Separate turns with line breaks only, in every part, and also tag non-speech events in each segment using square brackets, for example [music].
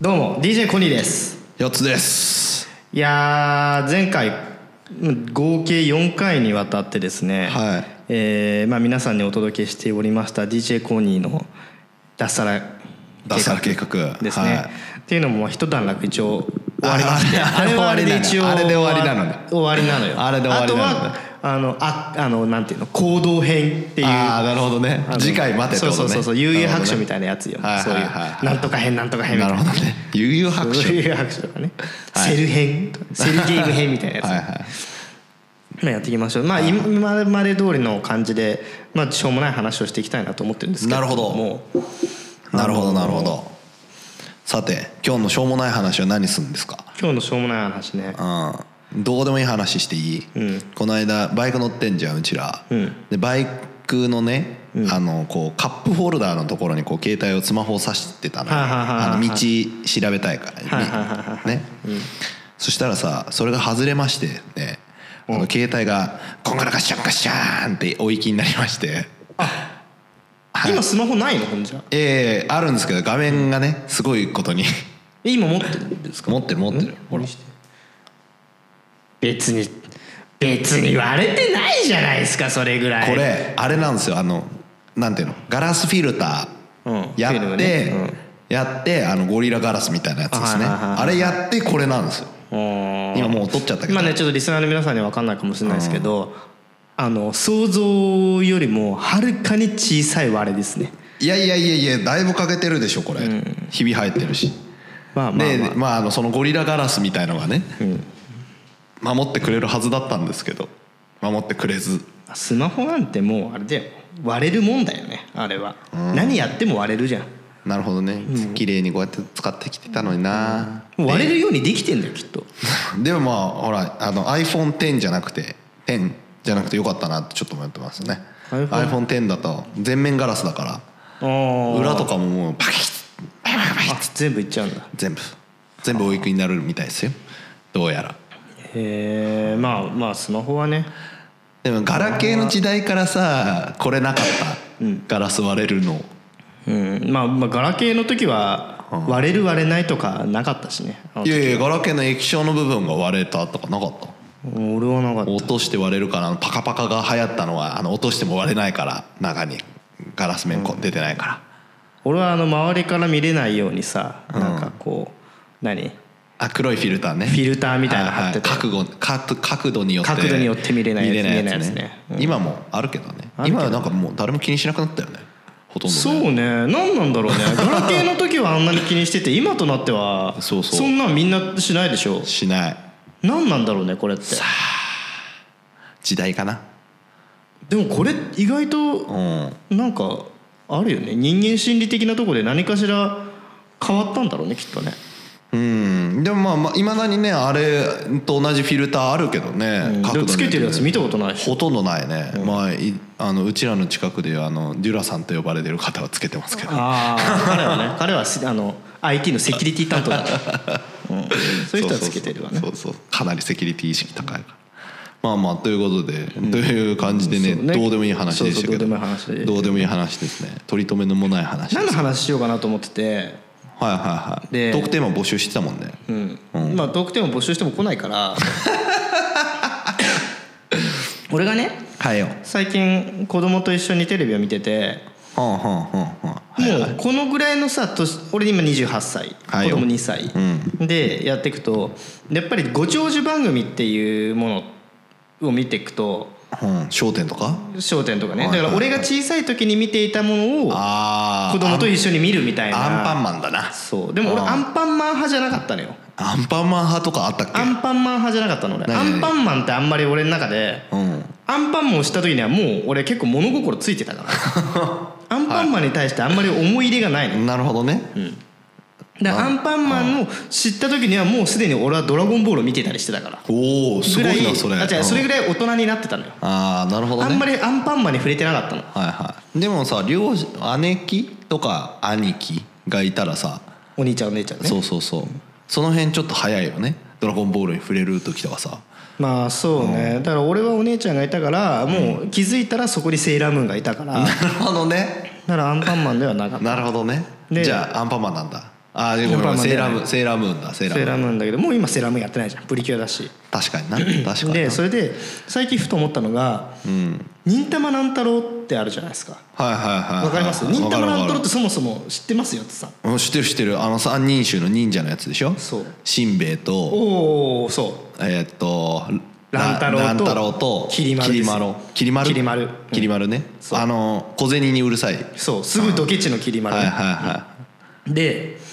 どうも DJ コニーです
四つです
いやー前回うん合計4回にわたってですね、
はい
えーまあ、皆さんにお届けしておりました DJ コニーの脱サラ
脱サラ計画
ですね、
はい
っていうのも一段落一応終わりまして
ああれ
はで一応
あれで終わりなのね
終わりなのよ
あれで終わりなのね
あとはあのああのなんていうの行動編っていう
ああなるほどね
あの
次回待てってことね
そうそうそうそう悠々白書み
た
たいなやつよ、
はい
そう
はいいうはいはい
なんとか編なんとか編みた
ないる
な
ほどね悠々白
[laughs]
書
悠々白書とかね、
はい
セル編とかセルゲーム編みたいなやつ、
はいはい
まあやっていきましょうまあ今まで通りの感じで、まあ、しょうもない話をしていきたいなと思ってるんですけど
なるほど
も
なるほどなるほどさて今日のしょうもない話は何するんですか
今日のしょうもない話ね
うんどうでもいい話していい、この間バイク乗ってんじゃんうちら、でバイクのね、あのこうカップホルダーのところにこう携帯をスマホを挿してたの,、
はいはいはいはい
あの道調べたいからね,、
はいはいはいは
ねそしたらさそれが外れましてねあの携帯がこんがらガッシャンガッシャーンってお行きになりましてはい
今スマホないのほんじゃ
ええあるんですけど画面がねすごいことに
え今持ってるんですか
持ってる持ってるほら
見して別に別に割れてないじゃないですかそれぐらい
これあれなんですよあのなんていうのガラスフィルタ
うん
ーや
フィルム
っ
ね
て、
うん
やってあのゴリラガラスみたいなやつですね
あはいはいはい
あれやってこれなんですよ今
今
もう取っちゃったけど、
まあねちょっとリスナーの皆さんには分かんないかもしれないですけど、あの想像よりもはるかに小さい割れですね
いやいやいやいやだいぶ欠けてるでしょこれ、ひび生えてるし
まあまあ、
で
まあ、
まああのそのゴリラガラスみたいのがね、
ん
守ってくれるはずだったんですけど守ってくれず
スマホなんてもうあれだよ割れるもんだよねあれは、何やっても割れるじゃん
なるほどね綺麗にこうやって使ってきてたのにな、
もう割れるようにできてんだよきっと
でもまあほらあの iPhone10 じゃなくて10じゃなくてよかったなってちょっと思ってますね
iPhone
iPhone10 だと全面ガラスだか
[laughs] あ
ら裏とかももうパキッパキッパキッ
あ全部いっちゃうんだ
全部全部おいくになるみたいですよどうやら
へえまあまあスマホはね
でもガラケーの時代からさこれなかった、ガラス割れるの
うんまあまあガラケーの時は割れる割れないとかなかったしねあの
いやいやガラケーの液晶の部分が割れたとかなかった
俺はなかった
落として割れるからあのパカパカが流行ったのはあの落としても割れないから中にガラス面こ出てないから、
俺はあの周りから見れないようにさ、なんかこう何
あ黒いフィルターねフ
ィルターみたいなの貼ってて
角度角角度によって
角度によって見れないやつ
見れ
見れないやつね
今もあるけどね
あるけど
今はなんかもう誰も気にしなくなったよねほとんど、ね、
そうね何なんだろう
[laughs]
ねガラケーの時はあんなに気にしてて今となっては
そうそうん
なんみんなしないでしょ
しない
何なんだろうねこれって
時代かな
でもこれ意外
う
と
ん
なんかあるよね人間心理的なとこで何かしら変わったんだろうねきっとね
うんでもまあまあいまだにねあれと同じフィルターあるけどね、角度
で
によ
も
っ
つけてるやつ見たことないでしょ
ほとんどないね、まあいあのうちらの近くであのデュラさんと呼ばれてる方はつけてますけど
ああ彼はね彼はあの IT のセキュリティ担当
[laughs]
だから、うん、そういう人はつけてるわね
そうそうそうかなりセキュリティ意識高いからまあまあということで、という感じでね,、
そうね
どうでもいい話でしたけど
そうそうどうでもいい話で
どうでもいい話ですね取り留めのもない話です
何の話しようかなと思ってて、
はいはいはい
で
トークテーマ募集してたもんね、
うんまあトークテーマ募集しても来ないから
[laughs]
俺がね
はいよ
最近子供と一緒にテレビを見てて
はんはんはんはんはい
もうこのぐらいのさ年俺今28歳、
はい
子
よ
供2歳、でやっていくとやっぱりご長寿番組っていうものを見ていくと
うん焦点とか
『笑点』とかね
はいはい
だから俺が小さい時に見ていたものを
ああ
子供と一緒に見るみたいな
アンパンマンだな
そうでも俺
あー
アンパンマン派じゃなかったのよ
アンパンマン派とかあったっけ
アンパンマン派じゃなかったの俺ア
何
ンパンマンってあんまり俺の中で
うん
アンパンマンを知った時にはもう俺結構物心ついてたから
[laughs]
アンパンマンに対してあんまり思い入れがないの
なるほどね、
だからアンパンマンを知った時にはもうすでに俺は「ドラゴンボール」を見てたりしてたから
おおす
ぐ
ご
ら
いなそれ
あ違うそれ
うん
ぐらい大人になってたのよ
ああなるほど
あ
ね
んまりアンパンマンに触れてなかったの
はいはいでもさ両姉貴とか兄貴がいたらさ
お兄ちゃんお姉ちゃんね
そうそうそうその辺ちょっと早いよね「ドラゴンボール」に触れる時とか
[laughs]
さ
まあそうねだから俺はお姉ちゃんがいたからもう気づいたらそこにセーラームーンがいたからだ
なるほどね
からアンパンマンではなかった
なるほどね
で
じゃあアンパンマンなんだあーごめんご
コ
めん
ンパンマン
セ
出
ー
ない
ラームセーラームーンだセーラ
セー
ームーン
ラームーンだけどもう今セーラームーンやってないじゃんプリキュアだし
確かにな確かに
で
な
それで最近ふと思ったのが
うん
「忍たま乱太郎」ってあるじゃないですか
はいはいはいはい
わかります忍たま
わ
乱太郎って
かるわか
そもそも知ってますよってさ
るうん知ってる知ってるあの三人衆の忍者のやつでしょ
そう
しんべヱと
おおそ
えーっと
乱太郎と
ら乱太郎と
きり丸です
きりまる
きりまるうん
きりまるね
そう
あの小銭にうるさいう
そうすぐドケチの切り丸
はいはい
ね
は
で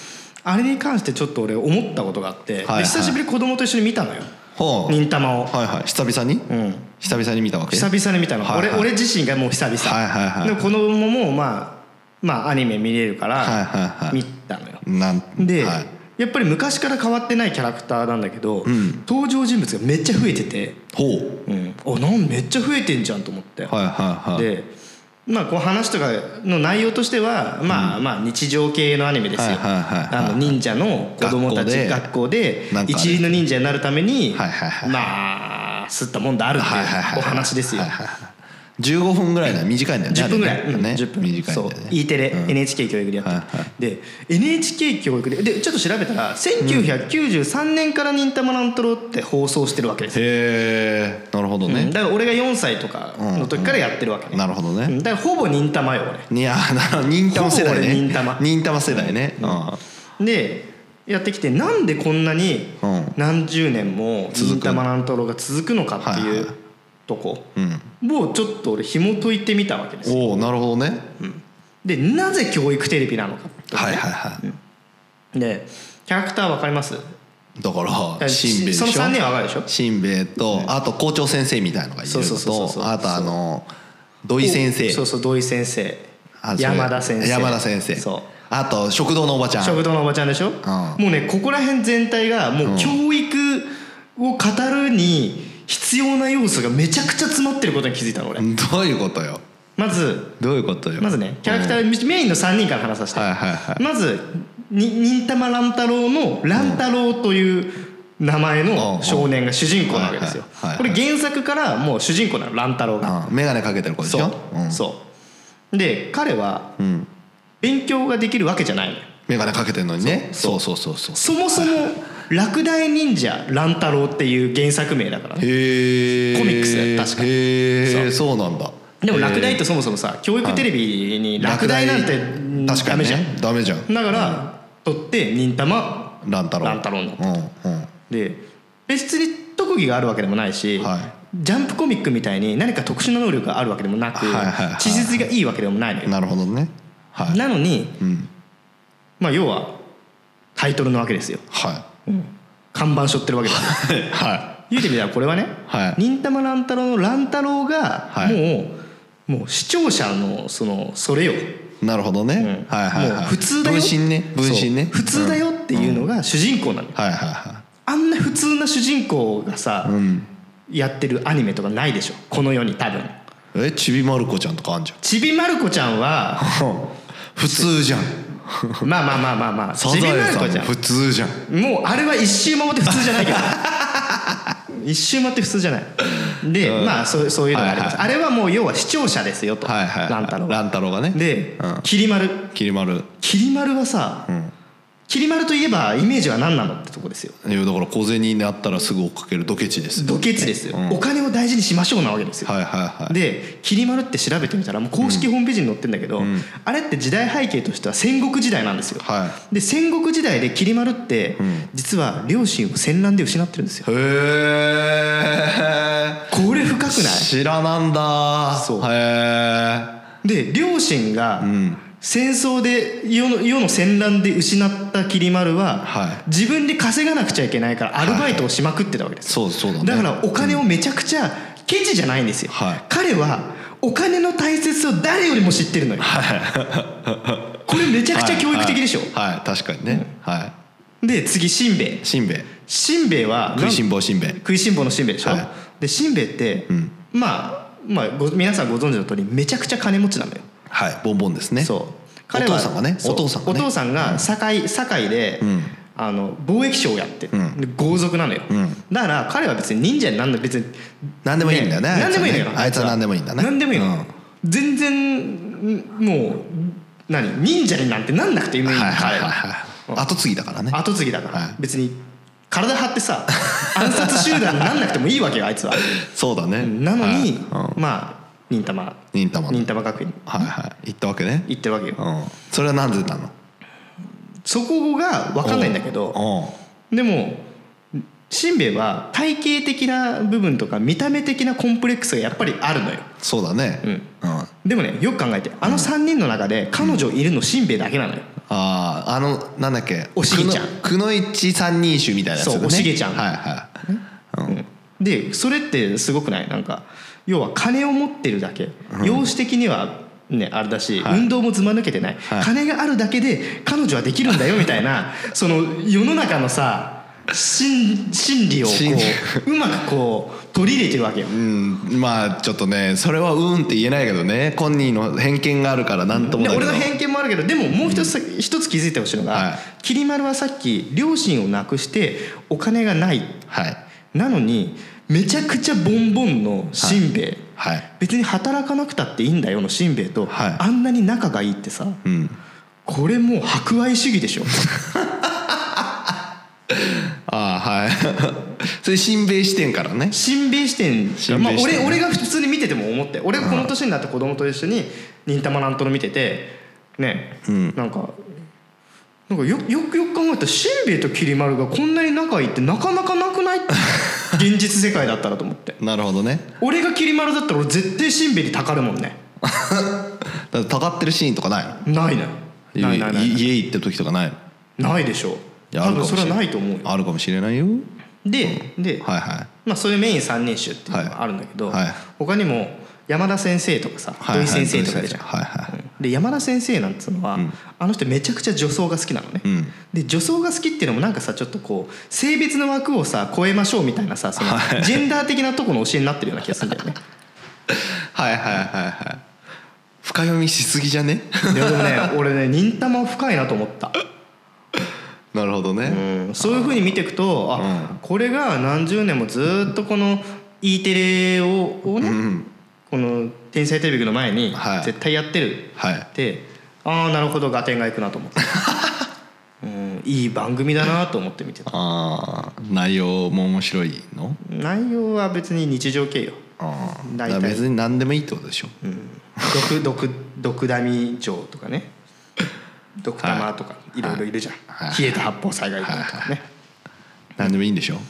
あれに関してちょっと俺思ったことがあってで
はい
久しぶりに子供と一緒に見たのよ
いほう
忍たまを
はいはい久々に
うん
久々に見たわけ
久々に見たの
はいはい
俺俺自身がもう久
はいはい
々
はい
でも子供もまあまあアニメ見れるか
はいはい
ら
はい
見たのよ
なん
で
はい
やっぱり昔から変わってないキャラクターなんだけど
ん
登場人物がめっちゃ増えてて
ほう
うんあなんめっちゃ増えてんじゃんと思って
はいはいはい
でまあこう話とかの内容としてはまあまあ日常系のアニメですよ
はいはいはいはい
あの忍者の子供たち
学
学校で
なんかあれ
一流の忍者になるために
はいはいはい
まあすったもんだあるって
はいはい
い
は
う
い
お話ですよ
はいはいはい15分ぐらいだ短いんだよね
10分ぐらい、
あれ
うん
ね
10分
短いん
そう
だよ
E
ね
テレ、
うん
NHK 教育でやってる、
はいはい
で NHK 教育ででちょっと調べたら1993年から「忍たま乱太郎」って放送してるわけですよ、
へえなるほど
うん
ね
だから俺が4歳とかの時からやってるわけね、
なるほど
う
ね
んだからほぼ忍たまよ
いやな忍たま世代
ほぼ
ね
俺忍たま
忍たま世代ねうん
俺でやってきてなんでこんなに
うん
何十年も「
続く
忍たま乱太郎」が続くのかって
はい
い
はいう
とこ
うん
をちょっと俺紐解いてみたわけですよ
おおなるほどね
でなぜ教育テレビなのかって
はいはいはい
でキャラクターわかります
だからしんべヱでし
そ
ょ
の3人は分かるでしょ
しんべヱとあと校長先生みたいなのがいる
そう
の
そうそうそう
とあとあの土井先生
そうそう土井先生
あそれ
山田先生
山田先生
そ
あと食堂のおばちゃ
うん食堂のおばちゃんでしょ、もうねここら辺全体がもう教育を語るに必要な要素がめちゃくちゃ詰まってることに気づいたの俺、
どういうことよ
まず
どういうことよ
まずねキャラクター、メインの3人から話させて、
はいはいはい
まずに忍たま乱太郎の乱太郎という名前の少年が主人公なわけですよ
うんはいはい
これ原作からもう主人公なの乱太郎が
うん眼鏡かけてる子でし
そ
ょ
う、そうで彼は
うんうん
勉強ができるわけじゃないのよ
眼鏡かけてるのにねそうそうそうそう
そもそ
[laughs]
も「落第忍者乱太郎」っていう原作名だからね
へえ
コミックスだよ確かに
へえそうなんだ
でも落
へ
第
ー
ってそもそもさ教育テレビに落第なんてうん
確か
ダ
に
メじゃん、
ねダメじゃん
だから取って忍たま
乱太郎
乱太郎になっ
うんうん
で別に特技があるわけでもないし、
は
ジャンプコミックみたいに何か特殊な能力があるわけでもなく
はいはいはい
地質がいいわけでもないのよ
なるほどねはい
なのに、
うん
まあ、要はタイトルなわけですよ
は
看板背負ってるわけですよ
い [laughs] は
言うてみたらこれはね
はい
忍たま乱太郎」の乱太郎がもう、
は
もう視聴者のそのそれよ、
いなるほど
うん
ねはいはいはい
もう普通だよ
分身ね分身ね
そう普通だよっていうのが主人公なのよ、
はいはいは
あんな普通な主人公がさ、
いうん
やってるアニメとかないでしょこの世に多分
えちびまる子ちゃんとかあんじゃん
ちびまる子ちゃ
[laughs]
んは
普通じゃん
まあまあまあまあまあ
サ
ちび
ザ
ま
エ
る
さ
子
ん
ち
も
ゃん
普通じゃん
もうあれは一周回って普通じ
[laughs]
ゃないけど一周回って普通じゃないで、まあそうそういうのがあります、
は
あれはもう要は視聴者ですよと、
はいはいはい
乱太郎
乱太郎がね
で
うん
きり丸
きりまる
きり丸はさ
うん
きり丸といえばイメージは何なのってとこですよ
いやだから小銭であったらすぐ追っかけるドケチです
ドケチですよ、
うん
お金を大事にしましょうなわけですよ、
はいはいはい
で「きり丸」って調べてみたらもう公式ホームページに載ってんだけど、
ん
あれって時代背景としては戦国時代なんですよ、
は
で戦国時代できり丸って、
ん
実は両親を戦乱で失ってるんです
い
よ
へえ
これ深くない
知らなんだ
そう
へえ
で両親が
ん
戦争で世の世の戦乱で失ったきり丸は、
はい
自分で稼がなくちゃいけないからアルバイトをしまくってたわけです
そうそうだね
だからお金をめちゃくちゃケチじゃないんですよ、
はい
彼はお金の大切さを誰よりも知ってるのよ、これめちゃくちゃ教育的でしょ、
はいはいはい確かにねは
で次しんべヱ
いしんべヱ
しんべヱは
食いしん
なん
坊しんべヱ
食いしん坊のしんべヱでしょ、
はい
でしんべヱって、
ん
まあまあご皆さんご存知の通りめちゃくちゃ金持ちなのよ、
はいボンボンですね
そう
お父さんがね
そう
お父さんがね
お父さんが堺堺で、
ん
あの貿易商をやって、
ん
で豪族なのよ、
ん
だから彼は別に忍者になんの別に
何でもいいんだよね
何でもいいのよ
あいつは何でもいいんだね
何でもいいの、
うん
全然んもう何忍者になんてなんなくていいの
はいは
彼
いはい
は
はい後継ぎだからね
後継ぎだから、
はい
別に体張ってさ暗殺集団になんなくてもいいわけよあいつは
そうだね
なのに、
はいうん
まあ忍たま
忍たまの
忍たま学院
はいはい行ったわけね
行ってるわけよ、
うんそれはなんでなの
そこが分かんないんだけど
う
でもしんべヱは体型的な部分とか見た目的なコンプレックスがやっぱりあるのよ
んそうだね
うん
あ
でもねよく考えてあの3人の中で彼女いるのしんべヱだけなのよ、
あーあのなんだっけ
おしげちゃん
くのくのいち三人衆みたいなやつだね
そうおしげちゃん
はいはいうん
でそれってすごくないなんか要は金を持ってるだけ、容姿的にはねあれだし、運動もつま抜けてない、
はい
金があるだけで彼女はできるんだ
[laughs]
よみたいなその世の中のさ心心理をこ
心理
ううまくこう取り入れてるわけよ
うんまあちょっとねそれはうんって言えないけどね本人の偏見があるからなんともだ
で
け
俺
ど
の偏見もあるけどでももう一つ,、一つ気づいてほしいのが、
はい
きり丸はさっき両親を亡くしてお金がない
はい
なのにめちゃくちゃボンボンのしんべヱ、
はい
別に働かなくたっていいんだよのしんべヱと、
はい
あんなに仲がいいってさ
うん
これもう博愛主義でしょ
ああはい [laughs] それ親米視点からね
しんべヱ視点
しん
まあ
べヱ、視点
俺
ね
俺が普通に見てても思って俺がこの年になって子供と一緒に忍たま乱闘の見ててね、
うん
なんかなんかよよくよく考えたらしんべヱときり丸がこんなに仲いいってなかなかな
[laughs]
くない現実世界だったらと思って
なるほどね
俺がきり丸だったら俺絶対しんべヱにたかるもんね
だからたかってるシーンとかないの
ないのよないないない
い
ない
家行ってる時とかないの
ないでしょ
いやある
多
か
分
もし
そ
れ
れはないと思うよ
あるかもしれないよ
でで、
はいはい
まあ、そういうメイン三人衆っていうのがあるんだけど、
はいはい
他にも山田先生とかさ
はい
土
は
井
い
先生とかいるじゃん。
はいはい
で山田先生なんつうのは、あの人めちゃくちゃ女装が好きなのね、
うん
で女装が好きっていうのもなんかさちょっとこう性別の枠をさ超えましょうみたいなさそのジェンダー的なとこの教えになってるような気がするんだよね
はいはいはいはい深読みしすぎじゃね [laughs]
いやでもね俺ね忍たま深いなと思った、
なるほどね、
そういうふうに見ていくとあ、これが何十年もずっとこの E テレををね、
うん
この「天才テレビ局」の前に
はい
絶対やってる
はい
って、ああなるほど合点がいくなと思
[laughs]
って、うん、いい番組だなと思って見てた
ああ内容も面白いの
内容は別に日
[laughs]
常系よ
ああ
大体
だから別に何でもいいってことでしょ、
毒毒毒ダミ城とかね毒玉とかいろいろいるじゃん、
はい
冷えた発泡災害とかね、
何でもいいんでしょん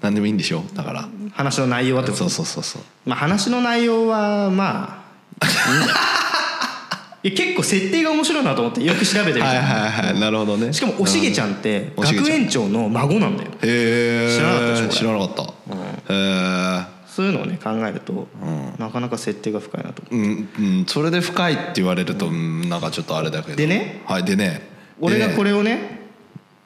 何でもいいんでしょだから
話の内容はってこと
そうそうそうそう
まあ話の内容はまあいい
[laughs]
んだよいや結構設定が面白いなと思ってよく調べてみた、
はいはいはいなるほどね
しかもおしげちゃんって
おしげちゃん
学園長の孫なんだよ
へえ
知らなかったでしょ
知らなかったへ
そういうのをね考えると、
ん
なかなか設定が深いなと思う
えうんうんそれで深いって言われるとうんなんかちょっとあれだけど
でね
はいでね
俺がこ
れ
れをね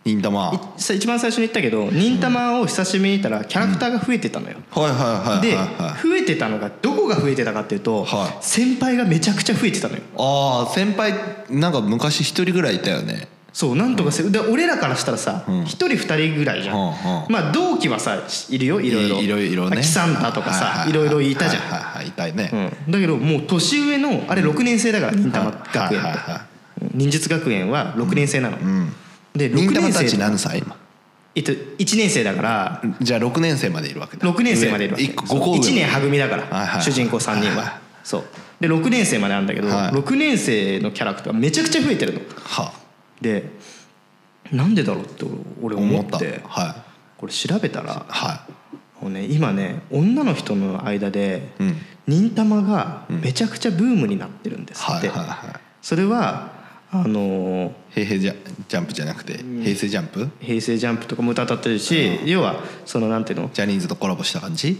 忍たまはい
いさ一番最初に言ったけど忍たまを久しぶりに見たらキャラクターが増えてたのよ、
はいはいはい
で
はい
増えてたのがどこが増えてたかっていうと、
はい
先輩がめちゃくちゃ増えてたのよ
ああ先輩なんか昔一人ぐらいいたよね
そうなんとかせ、で俺らからしたらさ
うん
一、人二人ぐらいじゃん、
うんうん
まあ同期はさいるよいろいろ
いいろいろね
キサンタとかさ、
はい
ろいろいたじゃん、
はいはいはいいたいね
うん、だけどもう年上のあれ6年生だから忍たま学園
はいはい
って
は
忍術学園は6年生なの、
うん
で
忍
6
たま
年
た
生
ち何歳今
えっと1年生だから
じゃあ6年生までいるわけだ
6年生までいるわけ
上一個五個上
1年は組だから、
はいはい
主人公3人は、
はいはい
そうで6年生まであるんだけど、
はい
6年生のキャラクターめちゃくちゃ増えてるの
は
でなんでだろうって俺思
思
っ
った
て
は
これ調べたら
いは
もうね今ね女の人の間で
いうん
忍たまがめちゃくちゃブームになってるんです
は
っ
い
て、
はいは
それはあのー
い平成ジャジャンプじゃなくて平成ジャンプ
平成ジャンプとかも歌歌ってるし、要はそのなんていうの
ジャニーズとコラボした感じ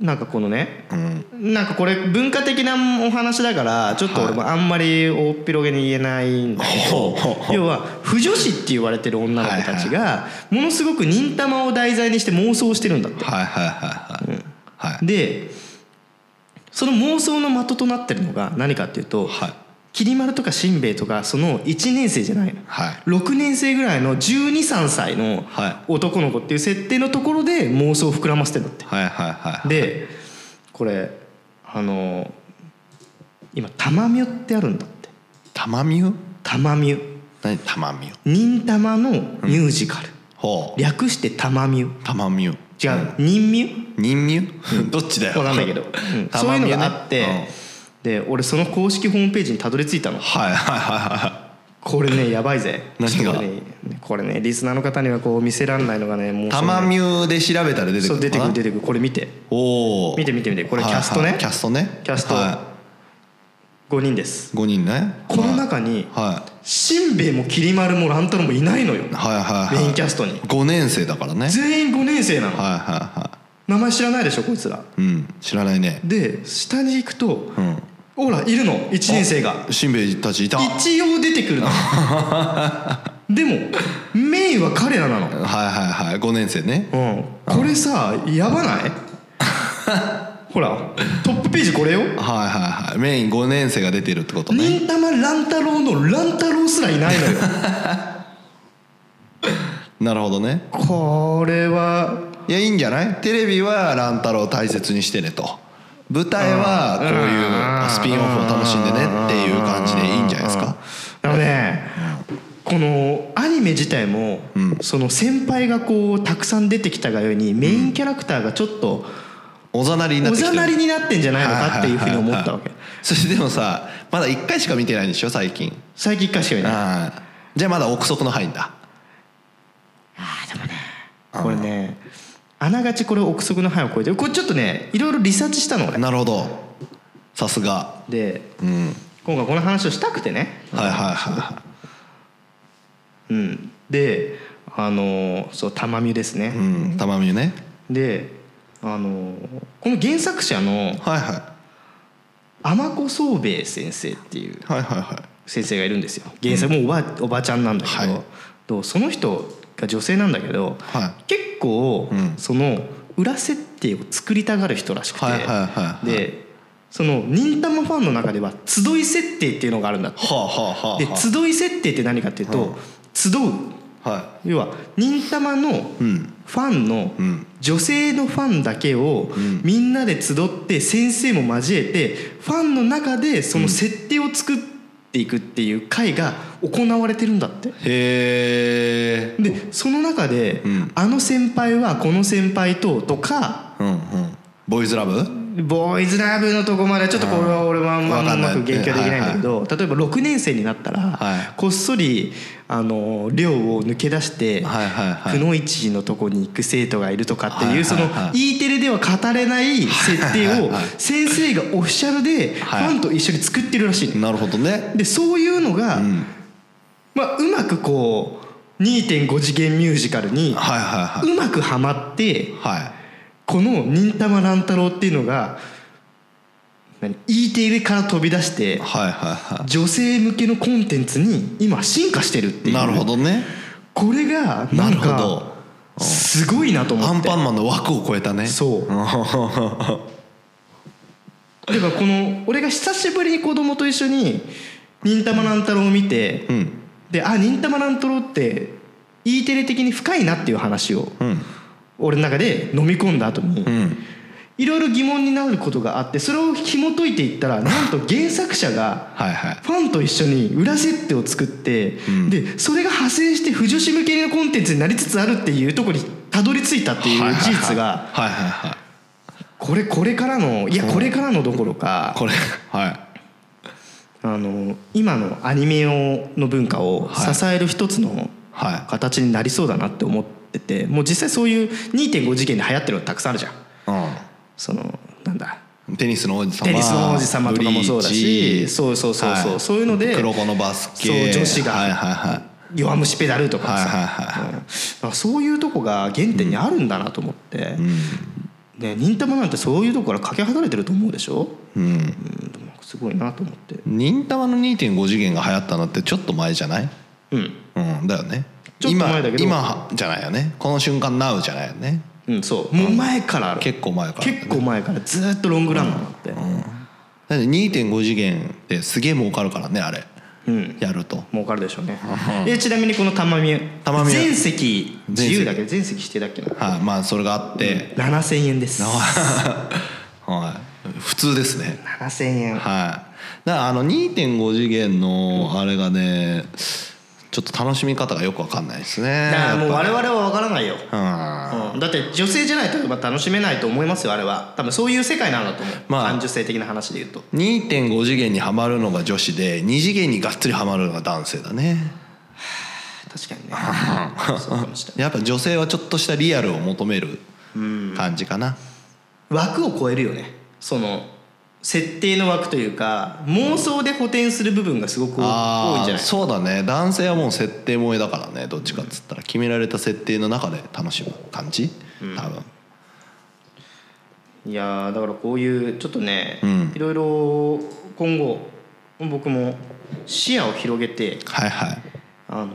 なんかこのね
うん
なんかこれ文化的なお話だからちょっと俺もあんまり大っ広げに言えないんだけど、
ほうほうほう
要は不女子って言われてる女の子たちがものすごく忍たまを題材にして妄想してるんだって。
はいはいはいはいはい
でその妄想の的となってるのが何かっていうと、
はい
きり丸とかしんべヱとかその1年生じゃないの。
はい
6年生ぐらいの1 2 3歳の
は
男の子っていう設定のところで妄想を膨らませてるんだって
はいはいはい
でこれあの今「玉ミュってあるんだって
玉ミュ
「玉ミュ
何たまみゅ
忍たまのミュージカル、
ほう
略してたまみゅ
たまみゅ
違う忍ミュ
人みゅどっちだよ
わかんない
[laughs]
けど、うん
た
そう
ま
いう
みゅ
の
ね
があって、
うん
で俺その公式ホームページにたどり着いたの
はいはいはいは
これねやばいぜ
何が
ちょっとねこれねリスナーの方にはこう見せられないのがねもう
いたまみゅで調べたら出てく
そう
る
出てくる出
る
てくるこれ見て
おお
見て見て見てこれキャストね
キャストね
キャスト
は
5人です
い、5人ね
この中に
は
しんべヱもきり丸も乱太郎もいないのよ
いはいはいはい
メインキャストに
5年生だからねはい
全員5年生なの
はいは
名前知らないでしょこいつら
いうん知らないね
で下に行くと
うん
ほらいるの1年生が
しんべヱたちいたはい
一応出て
[laughs]
くるのでもメインは彼らなの
はいはい5年生ね
うんこれさやばない
[laughs]
ほらトップページこれよ
はいはいはいメイン5年生が出てるってことね
忍たま乱太郎の乱太郎すらいない
[laughs]
のよ
なるほどね
これはい
やいいんじゃないテレビは乱太郎を大切にしてねと舞台はこういうスピンオフを楽しんでねっていう感じでいいんじゃないですか
あのね、このアニメ自体も、
うん
その先輩がこうたくさん出てきたがようにメインキャラクターがちょっと
おざなりになっ
お
てきて
ざ
る
なりになってんじゃないのかっていうふうに思ったわ
はいはいはい
け
はい [laughs] そしてでもさまだ1回しか見てないんでしょ最近
最近一回しか見ない
ああじゃあまだ憶測の範囲だ
これねあながちこれ憶測の範囲を超えてるこれちょっとねいろいろリサーチしたの俺
なるほどさすが
で
うん
今回この話をしたくてね
はいはいはいは
うんであのそう玉美です
い、う
ね、
ん、玉美ね
であのこの原作者の
はいは
天子宗兵衛先生っていう
いはいはいはい
先生がいるんですよ原作もうおば,、おばちゃんなんだけど、
はい
とその人が女性なんだけど、
は
結構、
うん
その裏設定を作りたがる人らしくて、
はいはいはいはい
でその忍たまファンの中では集い設定っていうのがあるんだって
はあはあはあ
で集い設定って何かっていうと、
うん
集う
は
要は忍たまの
いうん
ファンの
うん
女性のファンだけを
ん
みんなで集って先生も交えてファンの中でその設定を作っていくっていう会が行われてるんだって。
へえ
でその中で、
ん
あの先輩はこの先輩ととか
うんうんボーイズラブ
ボーイズラブのとこまでちょっとこれは俺はあんま
わか
うん
な
ま
い
く言及できないんだけど、例えば6年生になったら、
はい
こっそりあの寮を抜け出して、
はいはいは
く
い
のいちのとこに行く生徒がいるとかっていう、
はい
その
はいはい
E テレでは語れない設定を
はい
先生がオフィシャルでフ
はい
ァンと一緒に作ってるらしい、
なるほどね
でそういうのが、う
うん
まあ、うまくこう2.5次元ミュージカルに
はいはいう
まくはまって
はいはい
この「忍たま乱太郎」っていうのが何 E テレから飛び出して
はいは
女性向けのコンテンツに今進化してるっ
い
ていう
なるほどね
これがな
なんるほ
か
ど
すごいなと思って
アンパンマンの枠を超えたね
そうだからこの俺が久しぶりに子供と一緒に「忍たま乱太郎」を見て、
うん
であ忍たま乱太郎って E テレ的に深いなっていう話を
うん
俺の中で飲み込んだ後に、
うん
いろいろ疑問になることがあってそれを紐解いていったらなんと原作者が
はいはい
ファンと一緒に裏設定を作って、
ん
でそれが派生して腐女子向けのコンテンツになりつつあるっていうところにたどり着いたっていう事実が
はいはいはい
これこれからのいやこれからのどころか
これは
あの今のアニメをの文化を
はい
支える一つの
いは
形になりそうだなって思っててもう実際そういう2.5次元で流行ってるのたくさんあるじゃん
い、
そのなんだ
うん、テニスの王子様
テニスの王子様とかもそうだ
ブリ
し
ーチ
そうそうそうそう、
は
そういうので
黒子のバスケ
そう女子が
はいはいはい
弱虫ペダルとかさ、
はいはいはいはい
うんだからそういうとこが原点にあるんだなと思って、ね忍たまなんてそういうとこからかけ離れてると思うでしょ、
うん
うん、でもなんかすごいなと思って
忍たまの2.5次元が流行ったのってちょっと前じゃない
うん
うんだよね
ちょっと前だけど
今今じゃないよねこの瞬間 NOW じゃないよね
うんそうもう前からある、
結構前から、ね、
結構前からずーっとロングランなのって、
だって2.5次元ってすげえ儲かるからねあれ
うん
やると
儲かるでしょうね、でちなみにこの玉見
玉見
全席自
全席
由だけど全席指定だっけな
はいまあそれがあって、
7000円です
はい普通ですね
7000円
はい、だからあの2.5次元のあれがねちょっと楽しみ方がよくわかんないですね
だからもう
やっ
我
ぱ
々は分からないよ、
うん
うん、だって女性じゃないとやっぱ楽しめないと思いますよあれは多分そういう世界なんだと思う、
まあ
30世的な話で言うと
2.5次元にはまるのが女子で2次元にがっつりはまるのが男性だね
確かにねそうかもしれない
やっぱ女性はちょっとしたリアルを求める感じかな
枠を超えるよねその設定の枠というか妄想で補填する部分がすごく多多いん
あ
じゃ
あ
ない
そうだね男性はもう設定萌えだからねどっちかっつったら決められた設定の中で楽しむ感じ多分
いやーだからこういうちょっとね、
ん
いろいろ今後僕も視野を広げて
はいはい
あの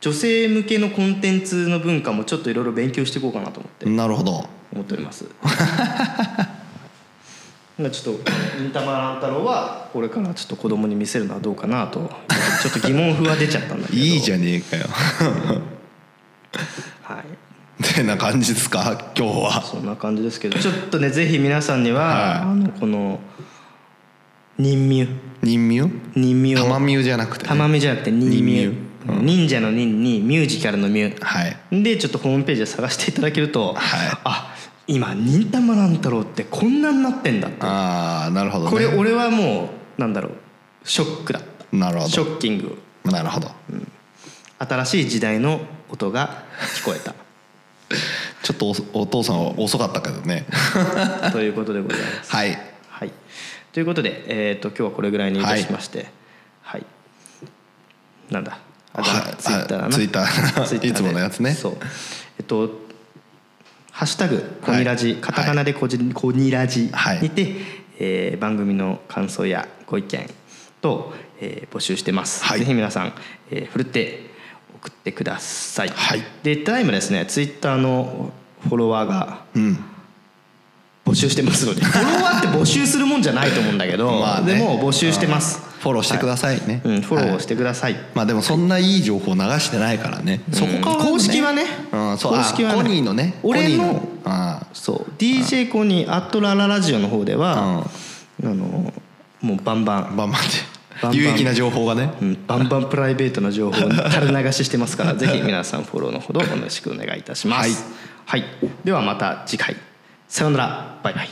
女性向けのコンテンツの文化もちょっといろいろ勉強していこうかなと思って
なるほど
思っており
[laughs]
ますまあちょっと忍たま乱太郎はこれからちょっと子供に見せるのはどうかなとちょっと疑問符は出ちゃったんだけど
いいじ
ゃん、
ゃねえかよ [laughs]
はい、
ってな感じですか今日は
そんな感じですけどちょっとねぜひ皆さんには、
はい
あのこの忍ミュ
人ミュ
忍ミュを
玉ミュじゃなくてね
玉みじゃなくて忍ミュ
忍
忍者の忍にミュージカルのミュ
はい
でちょっとホームページで探していただけると、
はい
あ今忍たま乱太郎ってこんなになってんだって
ああなるほどね
これ俺はもうなんだろうショックだった
なるほ
ショッキング
どなるほど
新しい時代の音が聞こえ
[laughs]
た
ちょっとおお父さんは遅かったけどね
ということでございます。
はい
はい、ということで、えー、と今日はこれぐらいにいたしまして、はいなんだあ
は
だ
い
ツイッターだな
あツイッター
ツイッタで
いつものやつね
そうえっと「ハッシュタグコニラジ」
はい
カタカナでコジ、コニラジ
はい」
にて、えー番組の感想やご意見と、えー募集してます、
はい
ぜひ皆さん、えー、ふるって送ってください、
はい
でただいまですねツイッターのフォロワーが
うん
募集してますので [laughs] フォロワーって募集するもんじゃないと思うんだけど、
まあね
でも募集してます
フォローしてくださいね、
うん、フォローを
はい
してください、
まあでもそんないい情報流してないからね、そこから、ね、
公式はね
うん、そう
公
公
式
式
は
は、
ね
コニーのね
俺の
コニーあ
そう DJ コニーアットラララジオの方では、あのもうバンバ
あ
ン、
バンバンで
バンバン
有益な情報がね
うん、バンバンプライベートな情報を垂れ流ししてます [laughs] からぜひ皆さんフォローのほどよろしくお願いいたします、はいではまた次回さようならバイバイ